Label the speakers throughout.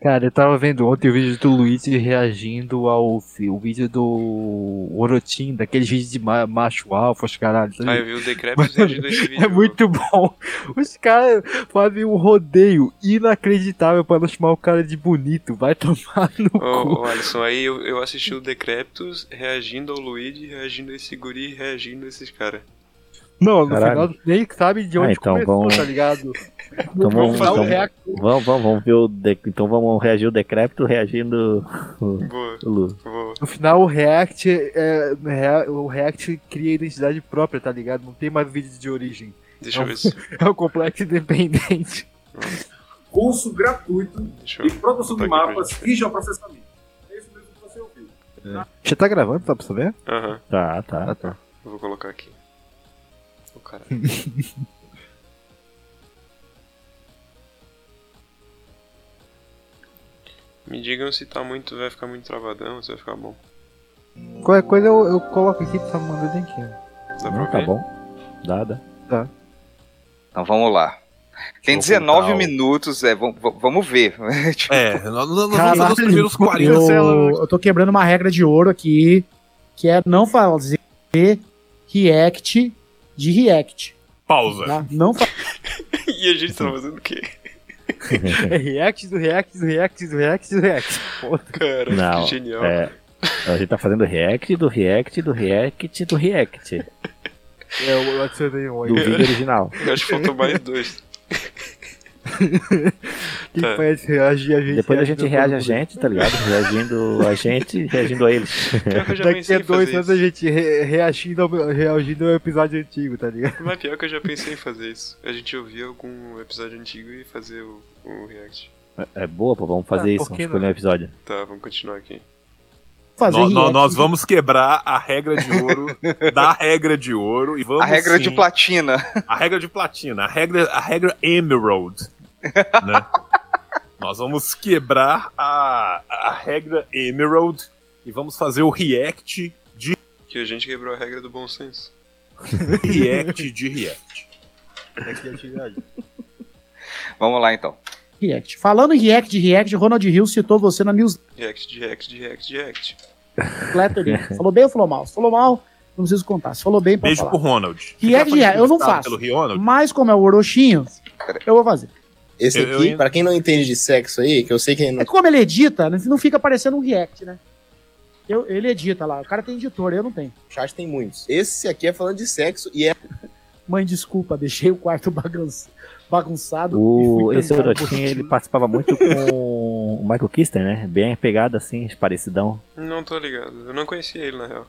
Speaker 1: Cara, eu tava vendo ontem o vídeo do Luigi reagindo ao fi- o vídeo do Orotin, daqueles vídeos de ma- macho alfa, os caralho. sabe?
Speaker 2: Ah, eu vi o The Krebs reagindo a esse vídeo.
Speaker 1: É muito bom. Os caras fazem um rodeio inacreditável pra não chamar o cara de bonito. Vai tomar no cu.
Speaker 2: Ô, ô, Alisson, aí eu, eu assisti o Decreptus reagindo ao Luigi, reagindo a esse guri, reagindo a esses caras.
Speaker 1: Não, no
Speaker 3: Caralho.
Speaker 1: final nem sabe de onde
Speaker 3: Ah, então
Speaker 1: começou,
Speaker 3: vamos-
Speaker 1: tá ligado?
Speaker 3: Então vamos-
Speaker 1: final,
Speaker 3: então-
Speaker 1: reac-
Speaker 3: Vamos, vamos, vamos ver o. de- Então vamos reagir o decrépito reagindo
Speaker 2: Boa,
Speaker 3: o Lu.
Speaker 2: boa.
Speaker 1: no final, o React é- rea- o React cria identidade própria, tá ligado? Não tem mais vídeo de origem.
Speaker 2: Deixa eu ver se.
Speaker 1: É um complexo independente.
Speaker 4: Curso gratuito
Speaker 2: Deixa
Speaker 4: de
Speaker 2: eu...
Speaker 4: produção de
Speaker 2: botar aqui pra
Speaker 4: mapas
Speaker 2: gente.
Speaker 4: e processamento. É isso mesmo que você ouviu.
Speaker 1: Já tá gravando, tá pra saber?
Speaker 2: Aham,
Speaker 3: Tá, tá.
Speaker 1: tá.
Speaker 2: eu vou colocar aqui. Ô, caralho. Me digam se tá muito. Vai ficar muito travadão, se vai ficar bom.
Speaker 1: Qualquer coisa eu, eu coloco aqui pra mandar aqui.
Speaker 2: Dá pra
Speaker 3: Não, tá
Speaker 2: ver?
Speaker 3: bom. Dá, dá.
Speaker 5: Então vamos lá. Tem
Speaker 3: Vou
Speaker 5: 19
Speaker 3: contar o-
Speaker 5: minutos, é, vamos, vamos ver. Tipo,
Speaker 6: É, nós, nós vamos fazer
Speaker 1: Caralho.
Speaker 6: os primeiros 40.
Speaker 7: Eu, eu tô quebrando uma regra de ouro aqui, que é não fazer react de react.
Speaker 6: Pausa.
Speaker 7: Tá? Não fa-
Speaker 2: e a gente tá fazendo o quê?
Speaker 1: É React do React do React do React do React.
Speaker 2: Cara,
Speaker 3: Não,
Speaker 2: que genial.
Speaker 3: É. A gente tá fazendo react do react do react do react.
Speaker 1: Eu, eu adicionei um aí.
Speaker 3: Do vídeo original.
Speaker 2: Eu acho que faltou mais dois.
Speaker 1: Quem
Speaker 2: Tá.
Speaker 1: conhece reagir a gente.
Speaker 3: Depois a gente reage
Speaker 1: reage
Speaker 3: a gente, tá ligado? Reagindo a gente, reagindo a eles.
Speaker 2: Pior que eu já
Speaker 1: Daqui
Speaker 2: pensei
Speaker 1: a
Speaker 2: em fazer
Speaker 1: dois anos a
Speaker 2: isso.
Speaker 1: gente re- reagindo, ao, reagindo ao episódio antigo, tá ligado?
Speaker 2: Mas pior que eu já pensei em fazer isso. A gente ouvir algum episódio antigo e fazer o, o react.
Speaker 3: É boa, pô, vamos fazer
Speaker 1: Ah,
Speaker 3: isso.
Speaker 1: por
Speaker 3: Vamos
Speaker 1: que
Speaker 3: escolher
Speaker 1: não?
Speaker 3: um episódio.
Speaker 2: Tá, vamos continuar aqui.
Speaker 5: "Ah,
Speaker 7: fazer
Speaker 6: Nó- nó-
Speaker 5: é
Speaker 7: react.
Speaker 6: nós vamos quebrar a regra de ouro da regra de ouro e vamos
Speaker 5: a regra é
Speaker 6: sim-
Speaker 5: de platina.
Speaker 6: a regra de platina, a regra, a regra emerald, né? Nós vamos quebrar a, a regra emerald e vamos fazer o react
Speaker 2: Que a gente quebrou a regra do bom senso.
Speaker 6: react de react.
Speaker 5: Vamos lá então.
Speaker 7: react. Falando em react de react, Ronald Hill citou você na news
Speaker 2: React de react de react de react.
Speaker 7: Clapton ali. Falou bem ou falou mal? Se falou mal, não preciso contar. Se falou bem, pode
Speaker 6: Beijo
Speaker 7: falar.
Speaker 6: pro Ronald.
Speaker 7: React de react, eu não
Speaker 6: Entrevistado
Speaker 7: faço.
Speaker 6: Pelo Ronald,
Speaker 7: Mas como é o Orochinho, eu vou fazer.
Speaker 8: Esse
Speaker 6: Eu- eu
Speaker 8: aqui,
Speaker 6: ainda-
Speaker 8: pra quem não entende de sexo aí, que eu sei que não.
Speaker 7: É que como ele edita, não fica aparecendo um react, né? Eu, ele edita lá. O cara tem editor, eu não tenho.
Speaker 8: no chat tem muitos. Esse aqui é falando de sexo e é.
Speaker 7: Mãe, desculpa, deixei o quarto bagunç- bagunçado. e
Speaker 3: O,
Speaker 7: fui
Speaker 3: esse
Speaker 7: cantar um
Speaker 3: Orotinho, ele
Speaker 7: Agostinho.
Speaker 3: participava muito com o Michael Kister, né? Bem pegado assim, parecidão.
Speaker 2: Não tô ligado. Eu não conhecia ele na real.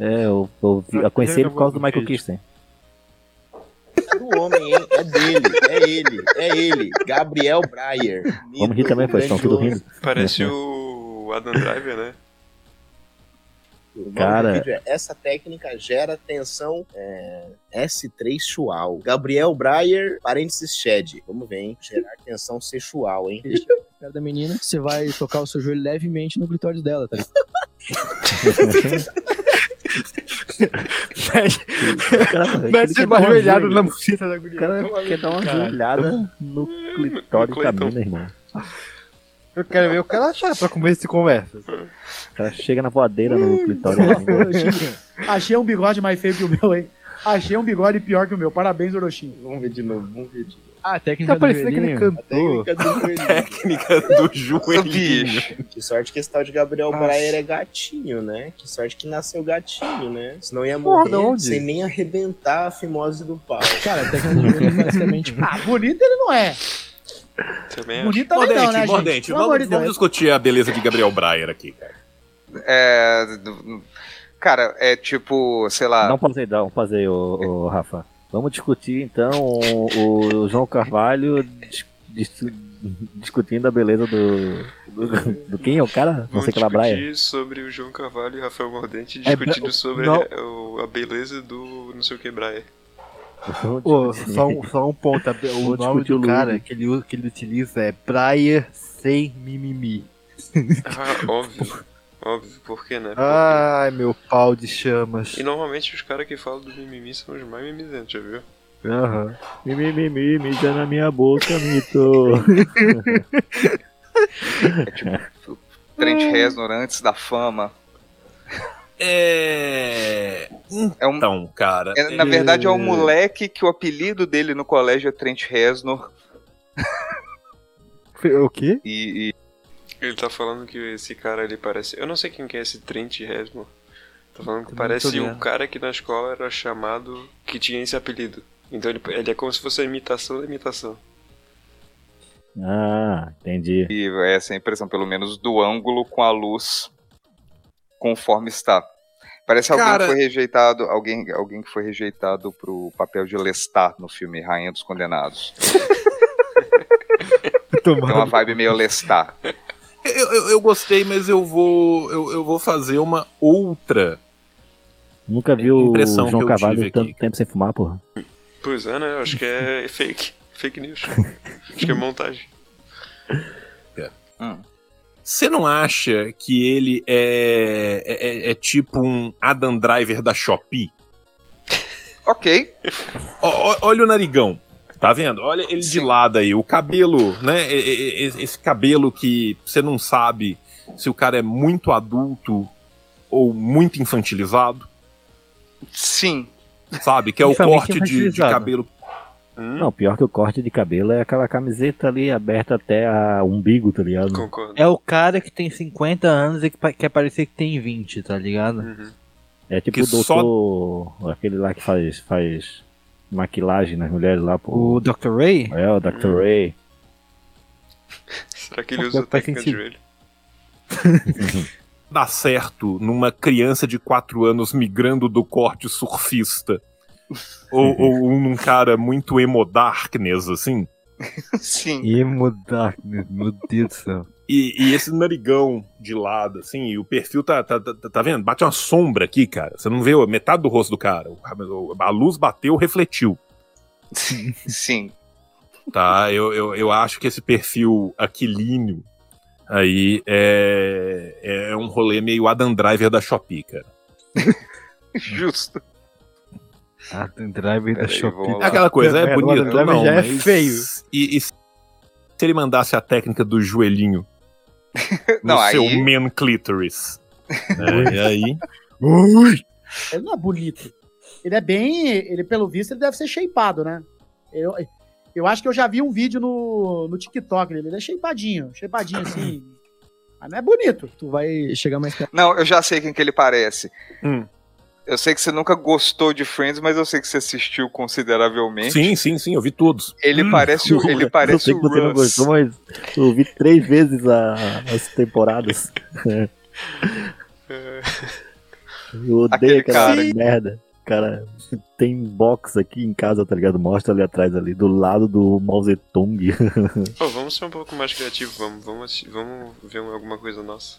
Speaker 3: É, eu, eu, vi- eu conheci ele por causa do Michael Kister.
Speaker 8: do homem, hein? É dele, é ele, é ele. Gabriel Breyer.
Speaker 3: Vamos rir também, pô, estão tudo rindo.
Speaker 2: Parece o Adam Driver, né?
Speaker 3: Cara.
Speaker 8: Cara. é Essa técnica gera tensão é, S3 chual. Gabriel Breyer, parênteses Shed. Vamos ver, hein? Gerar tensão sexual, hein?
Speaker 9: perto da menina, você vai tocar o seu joelho levemente no clitóris dela, tá ligado?
Speaker 1: Mete uma joelhada na buceta da
Speaker 3: O
Speaker 1: guria.
Speaker 3: cara
Speaker 1: Toma
Speaker 3: quer dar uma
Speaker 1: cara.
Speaker 3: joelhada no clitóris
Speaker 2: No
Speaker 3: da
Speaker 2: Cleiton.
Speaker 3: mina, irmão.
Speaker 1: Eu quero ver o cara achar pra começo de conversa.
Speaker 3: O cara chega na voadeira no clitóris da mina.
Speaker 7: Orochinho, Achei um bigode mais feio que o meu, hein? Achei um bigode pior que o meu. Parabéns, Orochinho.
Speaker 8: Vamos ver de novo, vamos ver de novo.
Speaker 9: Ah, a técnica
Speaker 1: Tá
Speaker 9: do
Speaker 1: parecendo aquele
Speaker 9: joelhinho.
Speaker 8: A
Speaker 1: cantor.
Speaker 8: técnica do joelhinho.
Speaker 6: técnica do joelhinho.
Speaker 2: Bicho.
Speaker 8: Que sorte que esse tal de Gabriel Breyer é gatinho, né? Que sorte que nasceu gatinho, né? Senão ia morrer
Speaker 1: Porra, de onde?
Speaker 8: sem nem arrebentar a fimose do pau.
Speaker 9: Cara, a técnica do joelho é basicamente.
Speaker 7: Ah, bonito ele não é.
Speaker 2: Também é acho.
Speaker 7: Bonito também não,
Speaker 6: É. Mordente,
Speaker 7: né, gente?
Speaker 6: mordente.
Speaker 7: Pelo amor de
Speaker 6: Vamos, vamos
Speaker 7: Deus.
Speaker 6: discutir a beleza de Gabriel Breyer aqui, cara.
Speaker 5: É, do- cara, é tipo, sei lá.
Speaker 3: Dá um passeio, dá um passeio, ô, ô, Rafa. Vamos discutir então o, o João Carvalho dis- dis- discutindo a beleza do, do. do quem é o cara? Não
Speaker 2: Vamos
Speaker 3: sei que lá, Braia.
Speaker 2: discutir sobre o João Carvalho e Rafael Mordente
Speaker 1: É,
Speaker 2: discutindo sobre
Speaker 1: não.
Speaker 2: a, o- a beleza do não sei o que Braia.
Speaker 3: Vamos
Speaker 1: Ô,
Speaker 3: discutir.
Speaker 1: só, um, só um ponto. O
Speaker 3: Vou
Speaker 1: nome
Speaker 3: discutir o
Speaker 1: do cara
Speaker 3: Luigi.
Speaker 1: que ele, usa- que ele utiliza é Praia Sem Mimimi.
Speaker 2: Ah, óbvio. Óbvio, por que, né? Por quê?
Speaker 1: Ai, meu pau de chamas.
Speaker 2: E normalmente os caras que falam do mimimi são os mais mimizentos, já viu?
Speaker 1: Aham.
Speaker 3: Mi, mi, mi, mi, mija na minha boca, mito.
Speaker 5: Trent Reznor antes da fama.
Speaker 6: É.
Speaker 5: É um,
Speaker 6: Então, cara.
Speaker 5: é, na verdade, é um moleque que o apelido dele no colégio é Trent Reznor.
Speaker 1: O quê?
Speaker 5: E, e-
Speaker 2: Ele tá falando que esse cara ali parece. Eu não sei quem que é esse Trent Reznor. Tá falando que parece um
Speaker 1: ligado.
Speaker 2: cara que na escola era chamado. que tinha esse apelido. Então ele, ele é como se fosse a imitação da imitação.
Speaker 3: Ah, entendi.
Speaker 5: e essa é a impressão, pelo menos, do ângulo com a luz conforme está. Parece alguém
Speaker 6: Cara-
Speaker 5: que foi rejeitado, alguém, alguém que foi rejeitado pro papel de Lestat no filme Rainha dos Condenados. Tem uma vibe meio Lestat.
Speaker 6: Eu, eu, eu gostei, mas eu vou. Eu, eu vou fazer uma outra.
Speaker 3: Nunca vi o
Speaker 6: É, Impressão que
Speaker 3: João
Speaker 6: eu
Speaker 3: Carvalho
Speaker 6: tive
Speaker 3: tanto
Speaker 6: aqui.
Speaker 3: tempo sem fumar, porra.
Speaker 2: Pois é, né? Eu Acho que é fake. Fake news. Acho que é montagem.
Speaker 6: Você não acha que ele é, é, é- é tipo um Adam Driver da Shopee?
Speaker 5: Ok.
Speaker 6: Ó- ó- olha o narigão. Tá vendo? Olha ele de lado aí. O cabelo, né? E- e- e- Esse cabelo que você não sabe se o cara é muito adulto ou muito infantilizado.
Speaker 5: Sim.
Speaker 6: Sabe? Que é o
Speaker 1: Principalmente
Speaker 6: corte de, de
Speaker 1: infantilizado.
Speaker 6: cabelo.
Speaker 2: Hum,
Speaker 3: Não, pior que o corte de cabelo é aquela camiseta ali aberta até a umbigo, tá ligado?
Speaker 2: Concordo.
Speaker 1: É o cara que tem 50 anos e que pa- quer parecer que tem 20, tá ligado?
Speaker 2: Uhum.
Speaker 3: É tipo
Speaker 6: Que
Speaker 3: o doutor. Aquele lá que faz, faz maquilagem nas mulheres lá, pô.
Speaker 1: O Dr. Ray?
Speaker 3: É, o Dr. Ray.
Speaker 2: Será que ele
Speaker 1: Faz-
Speaker 2: usa
Speaker 1: faz
Speaker 2: técnica de
Speaker 1: sentido.
Speaker 2: joelho?
Speaker 6: Dá certo numa criança de 4 anos migrando do corte surfista. ou, ou um num cara muito emo darkness, assim.
Speaker 5: Sim.
Speaker 1: Emo Darkness, meu Deus do céu.
Speaker 6: E, e esse narigão de lado, assim, e o perfil tá, tá, tá, tá vendo? Bate uma sombra aqui, cara. Você não vê a metade do rosto do cara. O- A luz bateu, refletiu.
Speaker 5: Sim.
Speaker 6: Tá? Eu, eu, eu acho que esse perfil aquilíneo aí é, é um rolê meio Adam Driver da Shopee, cara.
Speaker 5: Justo.
Speaker 1: Adam Driver da
Speaker 5: Peraí, vamos
Speaker 1: Shopee.
Speaker 5: lá.
Speaker 6: É aquela coisa, é
Speaker 1: merda, o
Speaker 6: bonito.
Speaker 1: Adam Driver
Speaker 6: não,
Speaker 1: já é
Speaker 6: mas-
Speaker 1: feio.
Speaker 6: E, e se ele mandasse a técnica do joelhinho no
Speaker 5: Não,
Speaker 6: seu
Speaker 5: aí-
Speaker 6: man clitoris? né? E aí?
Speaker 7: Ele não é bonito. Ele é bem. Ele, pelo visto, ele deve ser shapeado, né? Eu, eu acho que eu já vi um vídeo no, no TikTok dele. Ele é shapeadinho, shapeadinho assim. Mas não é bonito.
Speaker 9: Tu vai chegar mais perto.
Speaker 5: Não, eu já sei quem que ele parece.
Speaker 6: Hum.
Speaker 5: Eu sei que você nunca gostou de Friends, mas eu sei que você assistiu consideravelmente.
Speaker 6: Sim, sim, sim, eu vi todos.
Speaker 5: Ele
Speaker 6: Hum,
Speaker 5: parece o, ele
Speaker 3: eu
Speaker 5: parece
Speaker 3: sei
Speaker 5: o
Speaker 3: que você não
Speaker 5: Russ.
Speaker 3: gostou, mas eu vi três vezes a- as temporadas.
Speaker 5: É.
Speaker 3: eu
Speaker 5: Aquele
Speaker 3: odeio aquela
Speaker 5: cara.
Speaker 3: merda. Cara, tem box aqui em casa, tá ligado? Mostra ali atrás, ali, do lado do Mao Zedong.
Speaker 2: Pô, vamos ser um pouco mais criativos. Vamos, vamos, assi- vamos ver um, alguma coisa nossa.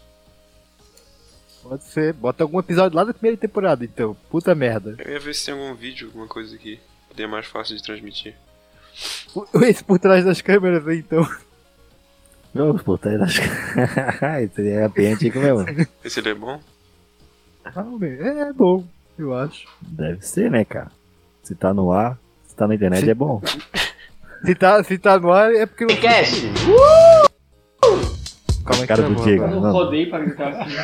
Speaker 1: Pode ser, bota algum episódio lá da primeira temporada, então. Puta merda.
Speaker 2: Eu ia ver se tem algum vídeo, alguma coisa aqui. Que é mais fácil de transmitir.
Speaker 1: Esse por trás das câmeras aí, então.
Speaker 3: Jogos por trás das Isso é bem antigo mesmo.
Speaker 2: Esse ele é bom?
Speaker 1: É bom, eu acho.
Speaker 3: Deve ser, né, cara? Se tá no ar, se tá na internet, é bom.
Speaker 1: Se tá, se tá no ar é porque não. Cash! Calma aí,
Speaker 3: Cara do
Speaker 1: é que
Speaker 3: Diego.
Speaker 1: eu
Speaker 3: Não.
Speaker 10: rodei pra gritar assim,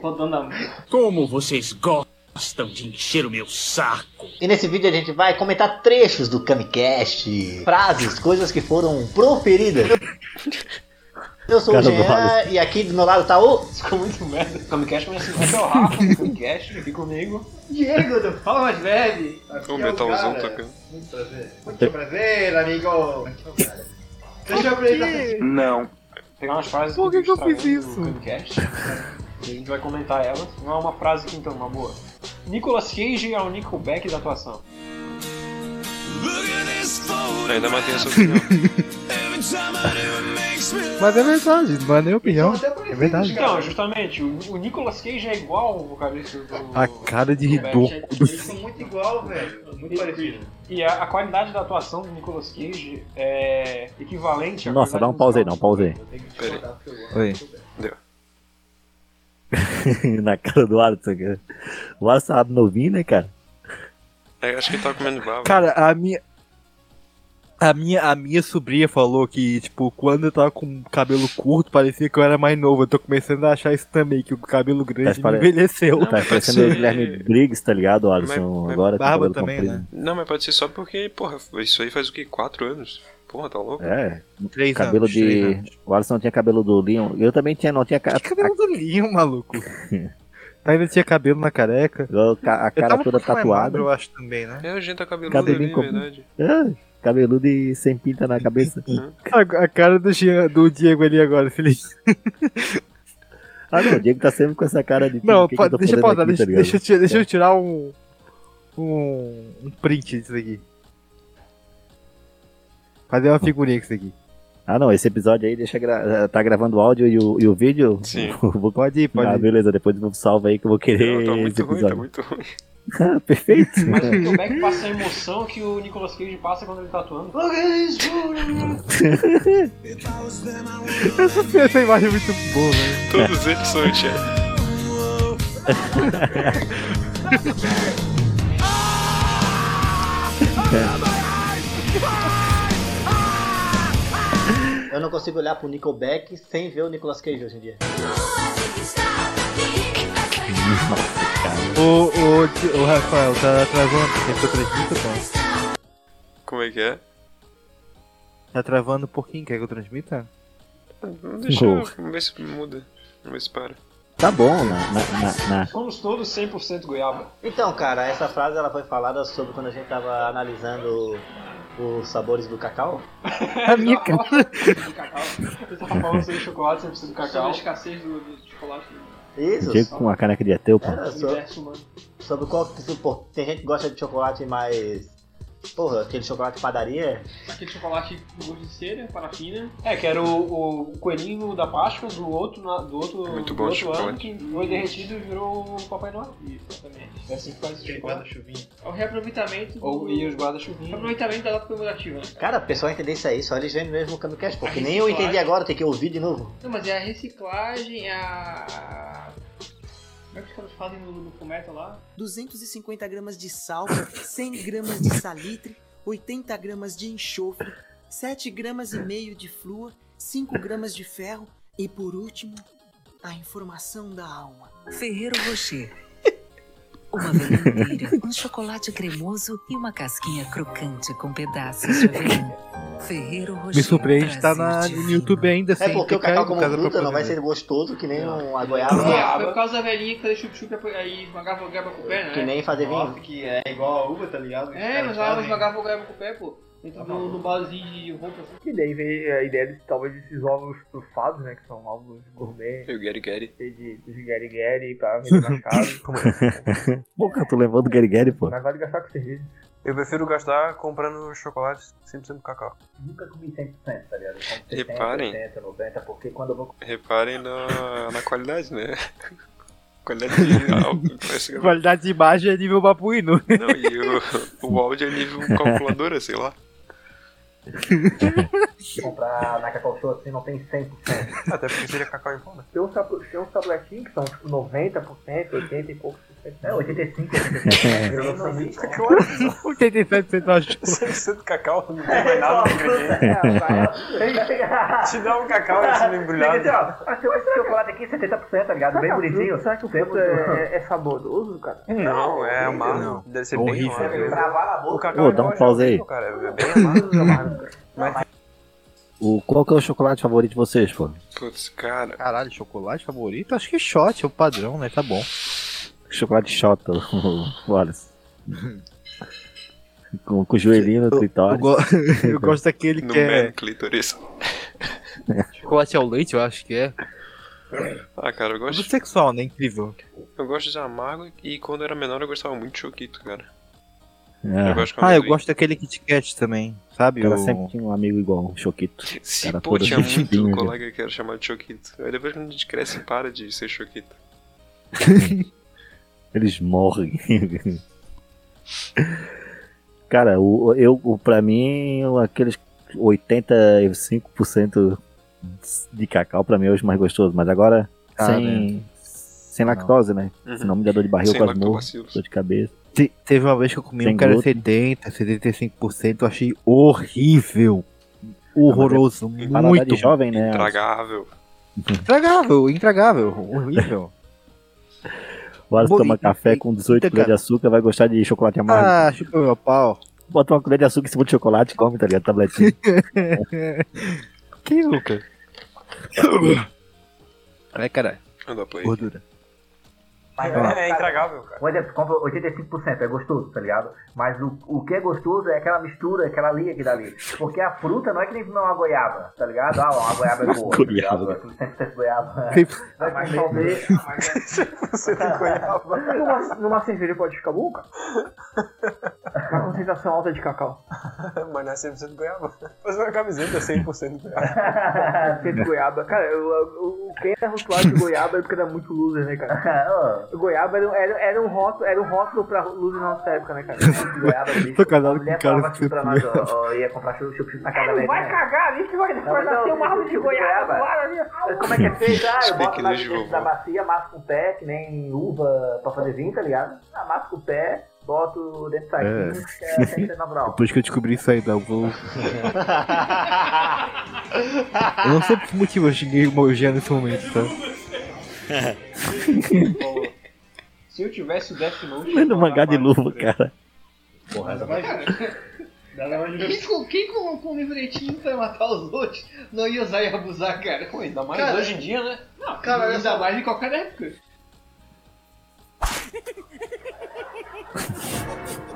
Speaker 10: rodando a mão.
Speaker 9: Como vocês gostam de encher o meu saco?
Speaker 10: E nesse vídeo a gente vai comentar trechos do Camicast, frases, coisas que foram proferidas. Eu sou
Speaker 3: Cara do
Speaker 10: o Jean
Speaker 3: Wallace.
Speaker 10: e aqui do meu lado tá o. Ficou muito merda. Camicast, mas assim, é o Rafa do Camicast, aqui comigo. Diego do Fala Mais Leve. Tá
Speaker 2: Ô, metalzão tá- tocando.
Speaker 10: Muito prazer. Muito prazer, amigo. Deixa eu apresentar. Não. Pegar umas frases
Speaker 1: Por que que eu fiz
Speaker 10: Instagram do
Speaker 1: isso?
Speaker 10: Camicast, né? e a gente vai comentar elas. Não é uma frase que então, uma boa. Nicolas Cage é o Nickelback da atuação.
Speaker 2: Ainda matei essa opinião.
Speaker 1: Mas é verdade, não é nem opinião. É verdade.
Speaker 10: Então, justamente, o, o Nicolas Cage é igual ao vocalista do.
Speaker 1: A cara de ridículo.
Speaker 10: Eles são muito igual, velho. Muito parecido. E a, a qualidade da atuação do Nicolas Cage é equivalente à
Speaker 3: Nossa,
Speaker 10: qualidade
Speaker 3: dá um
Speaker 10: musical.
Speaker 3: pause aí, dá um pause aí.
Speaker 10: Eu tenho que te
Speaker 2: Pera aí.
Speaker 10: contar, porque eu gosto.
Speaker 1: Oi.
Speaker 3: na cara do Alisson. cara. O Alisson sabe novinho, né, cara?
Speaker 2: tá É, acho que ele tava comendo baba.
Speaker 1: Cara, a minha. A minha, a minha sobrinha falou que, tipo, quando eu tava com cabelo curto, parecia que eu era mais novo. Eu tô começando a achar isso também, que o cabelo grande
Speaker 3: pare-
Speaker 1: envelheceu.
Speaker 3: Tá parecendo o Guilherme Briggs, tá ligado, Alisson? agora com
Speaker 1: é,
Speaker 3: o
Speaker 1: barba
Speaker 3: cabelo
Speaker 1: também,
Speaker 3: comprido.
Speaker 1: né?
Speaker 2: Não, mas pode ser só porque, porra, isso aí faz o quê? Quatro anos? Porra, tá louco?
Speaker 3: É.
Speaker 1: Três
Speaker 3: cabelo
Speaker 1: anos, três
Speaker 3: de.
Speaker 1: anos.
Speaker 3: O Alisson tinha cabelo do Leon. Eu também tinha, não tinha ca-
Speaker 1: Que cabelo do Linho, maluco. Ainda tinha cabelo na careca.
Speaker 3: a, ca- a
Speaker 1: Eu
Speaker 3: cara
Speaker 1: tava um
Speaker 3: toda
Speaker 1: pouco mais
Speaker 3: tatuada.
Speaker 1: magro, eu acho também, né?
Speaker 2: É, a gente tá cabeludo
Speaker 3: Cabelinho
Speaker 2: ali,
Speaker 3: com-
Speaker 2: verdade.
Speaker 3: Ah, cabeludo e sem pinta na cabeça.
Speaker 1: A, a cara do, Jean- do Diego ali agora, Felipe.
Speaker 3: ah, não, o Diego tá sempre com essa cara de.
Speaker 1: Não,
Speaker 3: o que que
Speaker 1: pa-
Speaker 3: tô
Speaker 1: deixa eu
Speaker 3: fazendo
Speaker 1: pausar,
Speaker 3: aqui,
Speaker 1: deixa,
Speaker 3: tá ligado?
Speaker 1: deixa eu ti- deixa eu tirar um, um. um print disso aqui. Fazer uma figurinha com isso aqui.
Speaker 3: Ah, não, esse episódio aí deixa gra... tá gravando o áudio e o, e o vídeo?
Speaker 2: Sim.
Speaker 3: Eu vou-
Speaker 1: Pode ir, pode
Speaker 3: Ah,
Speaker 1: ir.
Speaker 3: beleza, depois eu salvo aí que eu vou querer
Speaker 2: Não, tá
Speaker 3: esse
Speaker 2: muito ruim, tá
Speaker 3: episódio.
Speaker 2: muito ruim.
Speaker 3: Ah, Perfeito.
Speaker 10: Mas como é que passa a emoção que o Nicolas Cage passa quando ele tá atuando? Look at this fool.
Speaker 1: Essa, essa imagem é muito boa, velho.
Speaker 2: Todos eles são Chad.
Speaker 10: Eu não consigo olhar pro Nickelback sem ver o Nicolas Cage hoje em dia.
Speaker 1: Ô, ô, Di- ô, Rafael, tá travando. Tem que eu transmita,
Speaker 2: Como é que é?
Speaker 1: pô? Tá travando um pouquinho, quer que eu transmita?
Speaker 2: Vamos deixar,
Speaker 3: Boa.
Speaker 2: vamos ver se muda. Vamos ver se para.
Speaker 3: Tá bom, na, na, na, na-
Speaker 10: Somos todos 100% goiaba. Então, cara, essa frase ela foi falada sobre quando a gente tava analisando os sabores do cacau.
Speaker 1: A minha cara.
Speaker 10: Você tava falando sobre chocolate 100% do cacau.
Speaker 11: escassez do, do chocolate no
Speaker 10: Isso.
Speaker 3: o Diego com a caneca de ateu, pô.
Speaker 10: Era sobre,
Speaker 11: um universo humano.
Speaker 10: sobre qual que se- pô, tem gente que gosta de chocolate mais porra, aquele chocolate padaria.
Speaker 11: Aquele chocolate com gosto de cera, parafina. É, que era o, o coelhinho da Páscoa do outro, na- do outro,
Speaker 2: Muito
Speaker 11: do
Speaker 2: bom
Speaker 11: outro
Speaker 2: chocolate.
Speaker 11: ano que foi derretido e virou o Papai Noel. Exatamente. É assim que faz o chocolate.
Speaker 10: chuvinha.
Speaker 11: É o reaproveitamento. Ou, e os guarda-chuvinhos. Reaproveitampo da data comemorativa, né?
Speaker 10: Cara, o pessoal entender isso aí, só eles vendo mesmo o Camicast, porque
Speaker 11: A
Speaker 10: nem eu entendi
Speaker 11: reciclagem.
Speaker 10: agora, tem que ouvir de novo.
Speaker 11: Não, mas é a reciclagem, a. Como é que os caras fazem no, no fumeto lá?
Speaker 12: 250 gramas de sal, 100 gramas de salitre, 80 gramas de enxofre, 7 gramas e meio de flúor, 5 gramas de ferro e, por último, a informação da alma.
Speaker 13: Ferreiro Rocher. Uma verdadeira, um chocolate cremoso e uma casquinha crocante com pedaços de avelã. Ferreiro Rocher. um
Speaker 1: Me surpreende estar
Speaker 13: traz
Speaker 1: na, no YouTube ainda,
Speaker 10: É
Speaker 1: sem
Speaker 10: porque o
Speaker 1: ter caído
Speaker 10: cacau
Speaker 1: em
Speaker 10: como
Speaker 1: casa pra
Speaker 10: fruta não
Speaker 1: poder
Speaker 10: vai
Speaker 1: ver.
Speaker 10: ser gostoso que nem um, a
Speaker 11: É, foi
Speaker 10: goiaba,
Speaker 11: por causa da velhinha que fazia chup-chup e apo- aí esmagava o goiaba com o pé, né?
Speaker 10: que nem fazer vinho.
Speaker 12: que é igual a uva, tá ligado?
Speaker 11: É, mas lá ela esmagava o goiaba com o pé, pô. Dentro do, do balzinho de roupa assim.
Speaker 14: E daí vem a ideia de talvez esses ovos trufados, né? Que são ovos gourmet.
Speaker 2: E o Gary Gary.
Speaker 14: De, de Gary Gary pra vender na casa.
Speaker 3: Boca, tu levando o Guerigueri, pô.
Speaker 14: Mas vale gastar com cerveja.
Speaker 15: Eu prefiro gastar comprando chocolate 100% cacau.
Speaker 10: Nunca comi 100%, tá ligado? Eu como
Speaker 15: 70, Reparem.
Speaker 10: 70, 90, porque quando eu vou...
Speaker 2: Reparem na, na qualidade, né? Qualidade de áudio. parece que-
Speaker 1: Qualidade de imagem é nível babuíno.
Speaker 2: Não, e o, o áudio é nível calculadora, sei lá.
Speaker 10: comprar na Cacau Show assim não tem 100%.
Speaker 15: Até porque seria cacau em pó, né?
Speaker 14: Tem uns tabu- tem uns tabletinhos que são tipo 90%, 80 e poucos por cento.
Speaker 7: né?
Speaker 10: É, 85,
Speaker 14: Eu não sou muito cacau.
Speaker 15: é
Speaker 1: 87% achou.
Speaker 15: 100% cacau, não tem mais nada no
Speaker 10: É,
Speaker 15: ingrediente. Te dá um cacau e assim embrulhado.
Speaker 10: Esse chocolate aqui é 70%, tá ligado? Bem bonitinho.
Speaker 14: Será que o fruto é, é saboroso, cara?
Speaker 15: Não, é amargo. Deve ser bem
Speaker 3: Horrível.
Speaker 15: amargo. O
Speaker 3: Ô,
Speaker 15: cacau
Speaker 3: dá um
Speaker 15: é mole,
Speaker 3: pause aí.
Speaker 15: Cara, é bem amargo. Mas
Speaker 3: O, qual que é o chocolate favorito de vocês, pô?
Speaker 2: Putz, cara.
Speaker 1: Caralho, chocolate favorito? Acho que shot é o padrão, né? Tá bom.
Speaker 3: Chocolate shot, o- o Alisson. com, com o joelhinho no
Speaker 1: Eu,
Speaker 3: clitóris.
Speaker 1: go- eu gosto daquele
Speaker 2: No
Speaker 1: que é.
Speaker 2: Man Clitoris.
Speaker 1: Chocolate ao leite, eu acho que é.
Speaker 2: Ah, cara, eu gosto,
Speaker 1: Tudo sexual, né? Incrível.
Speaker 2: eu gosto de amargo e quando eu era menor eu gostava muito de choquito, cara.
Speaker 3: É.
Speaker 2: Eu gosto com
Speaker 1: Ah, eu
Speaker 2: amendoim.
Speaker 1: gosto daquele Kit Kat também, sabe?
Speaker 3: O cara
Speaker 1: O-
Speaker 3: sempre tinha um amigo igual, um choquito.
Speaker 2: Se,
Speaker 3: cara
Speaker 2: pô,
Speaker 3: todo
Speaker 2: tinha muito
Speaker 3: vestidinho, né?
Speaker 2: colega que era chamado de choquito. Aí depois quando a gente cresce, para de ser choquito.
Speaker 3: Eles morrem. Cara, o, eu, o, pra mim, aqueles 85% de cacau, pra mim, é os mais gostosos. Mas agora,
Speaker 1: Ah,
Speaker 3: sem, sem lactose, né?
Speaker 1: Uhum.
Speaker 3: Senão me dá dor de barriga, eu
Speaker 1: Sem
Speaker 3: quase morro,
Speaker 1: lactobacilos.
Speaker 3: dor de cabeça.
Speaker 1: Te- teve uma vez que eu comi
Speaker 3: Sem
Speaker 1: um cara
Speaker 3: glúten.
Speaker 1: 70, 75%, eu achei horrível. Horroroso,
Speaker 3: Paladar
Speaker 1: muito.
Speaker 3: de jovem, né?
Speaker 2: Intragável.
Speaker 1: Intragável, intragável, horrível.
Speaker 3: O Alisson
Speaker 1: Bom,
Speaker 3: toma
Speaker 1: e-
Speaker 3: café com 18
Speaker 1: eita,
Speaker 3: colheres de
Speaker 1: cara.
Speaker 3: açúcar, vai gostar de chocolate amargo.
Speaker 1: ah, chupa meu pau.
Speaker 3: Bota uma colher de açúcar em cima de chocolate e come, tá ligado? Tabletinho.
Speaker 1: que Lucas? Vai, caralho. Gordura.
Speaker 7: Mas
Speaker 1: Vai lá.
Speaker 7: é, intragável, cara. Por exemplo, compra 85%, é gostoso, tá ligado? Mas o, o que é gostoso é aquela mistura, aquela liga que dá ali. Porque a fruta não é que nem comer uma goiaba, tá ligado? Ah, uma goiaba é boa.
Speaker 3: Goiaba.
Speaker 7: Tá ligado? 100% goiaba.
Speaker 3: Sim.
Speaker 7: Ah, Mas talvez...
Speaker 16: Você tem goiaba.
Speaker 17: Numa, numa cerveja pode ficar bom, cara? A concentração alta de cacau.
Speaker 16: Mas não é 100% goiaba. Fazer uma camiseta 100% goiaba.
Speaker 17: Sempre goiaba. Cara, eu, eu, quem era rotulado de goiaba é porque era muito loser, né, cara? goiaba era, era, era um rótulo, era um rótulo pra loser na nossa época, né, cara?
Speaker 7: goiaba, bicho.
Speaker 17: Tô casado
Speaker 7: A mulher
Speaker 17: com um cara
Speaker 7: falava
Speaker 17: que
Speaker 7: assim pra
Speaker 17: chupa
Speaker 7: nós,
Speaker 17: goiaba.
Speaker 7: ó, ó, ia comprar chup-chup na casa
Speaker 17: Cara,
Speaker 7: dele.
Speaker 17: vai
Speaker 7: né?
Speaker 17: cagar ali que vai,
Speaker 7: Não,
Speaker 17: vai
Speaker 7: mas
Speaker 17: nascer
Speaker 10: um
Speaker 7: não,
Speaker 17: uma árvore de
Speaker 7: chup-chup
Speaker 17: goiaba.
Speaker 7: goiaba.
Speaker 17: claro, ali.
Speaker 7: Como é que é feito? Ah, eu boto
Speaker 17: Fake
Speaker 7: lá
Speaker 17: news de
Speaker 7: dentro da
Speaker 17: vovó.
Speaker 7: bacia, masco com o pé, que nem uva pra fazer vinho, tá ligado? Ah, masco com o pé, boto dentro do saquinho, que é tem que ser natural.
Speaker 1: Depois que eu descobri isso aí, eu vou. Eu não sei por que motivo eu xinguei o Mojé nesse momento, tá?
Speaker 11: Se eu tivesse o Death Note.
Speaker 3: Lendo mangá de luva, cara.
Speaker 11: Quem, co- quem colocou um livretinho pra matar os outros não ia usar e abusar, cara? Pô, ainda mais
Speaker 10: Cara,
Speaker 11: hoje em dia, né? Não,
Speaker 10: cara, olha
Speaker 11: ainda
Speaker 10: só.
Speaker 11: mais em qualquer época.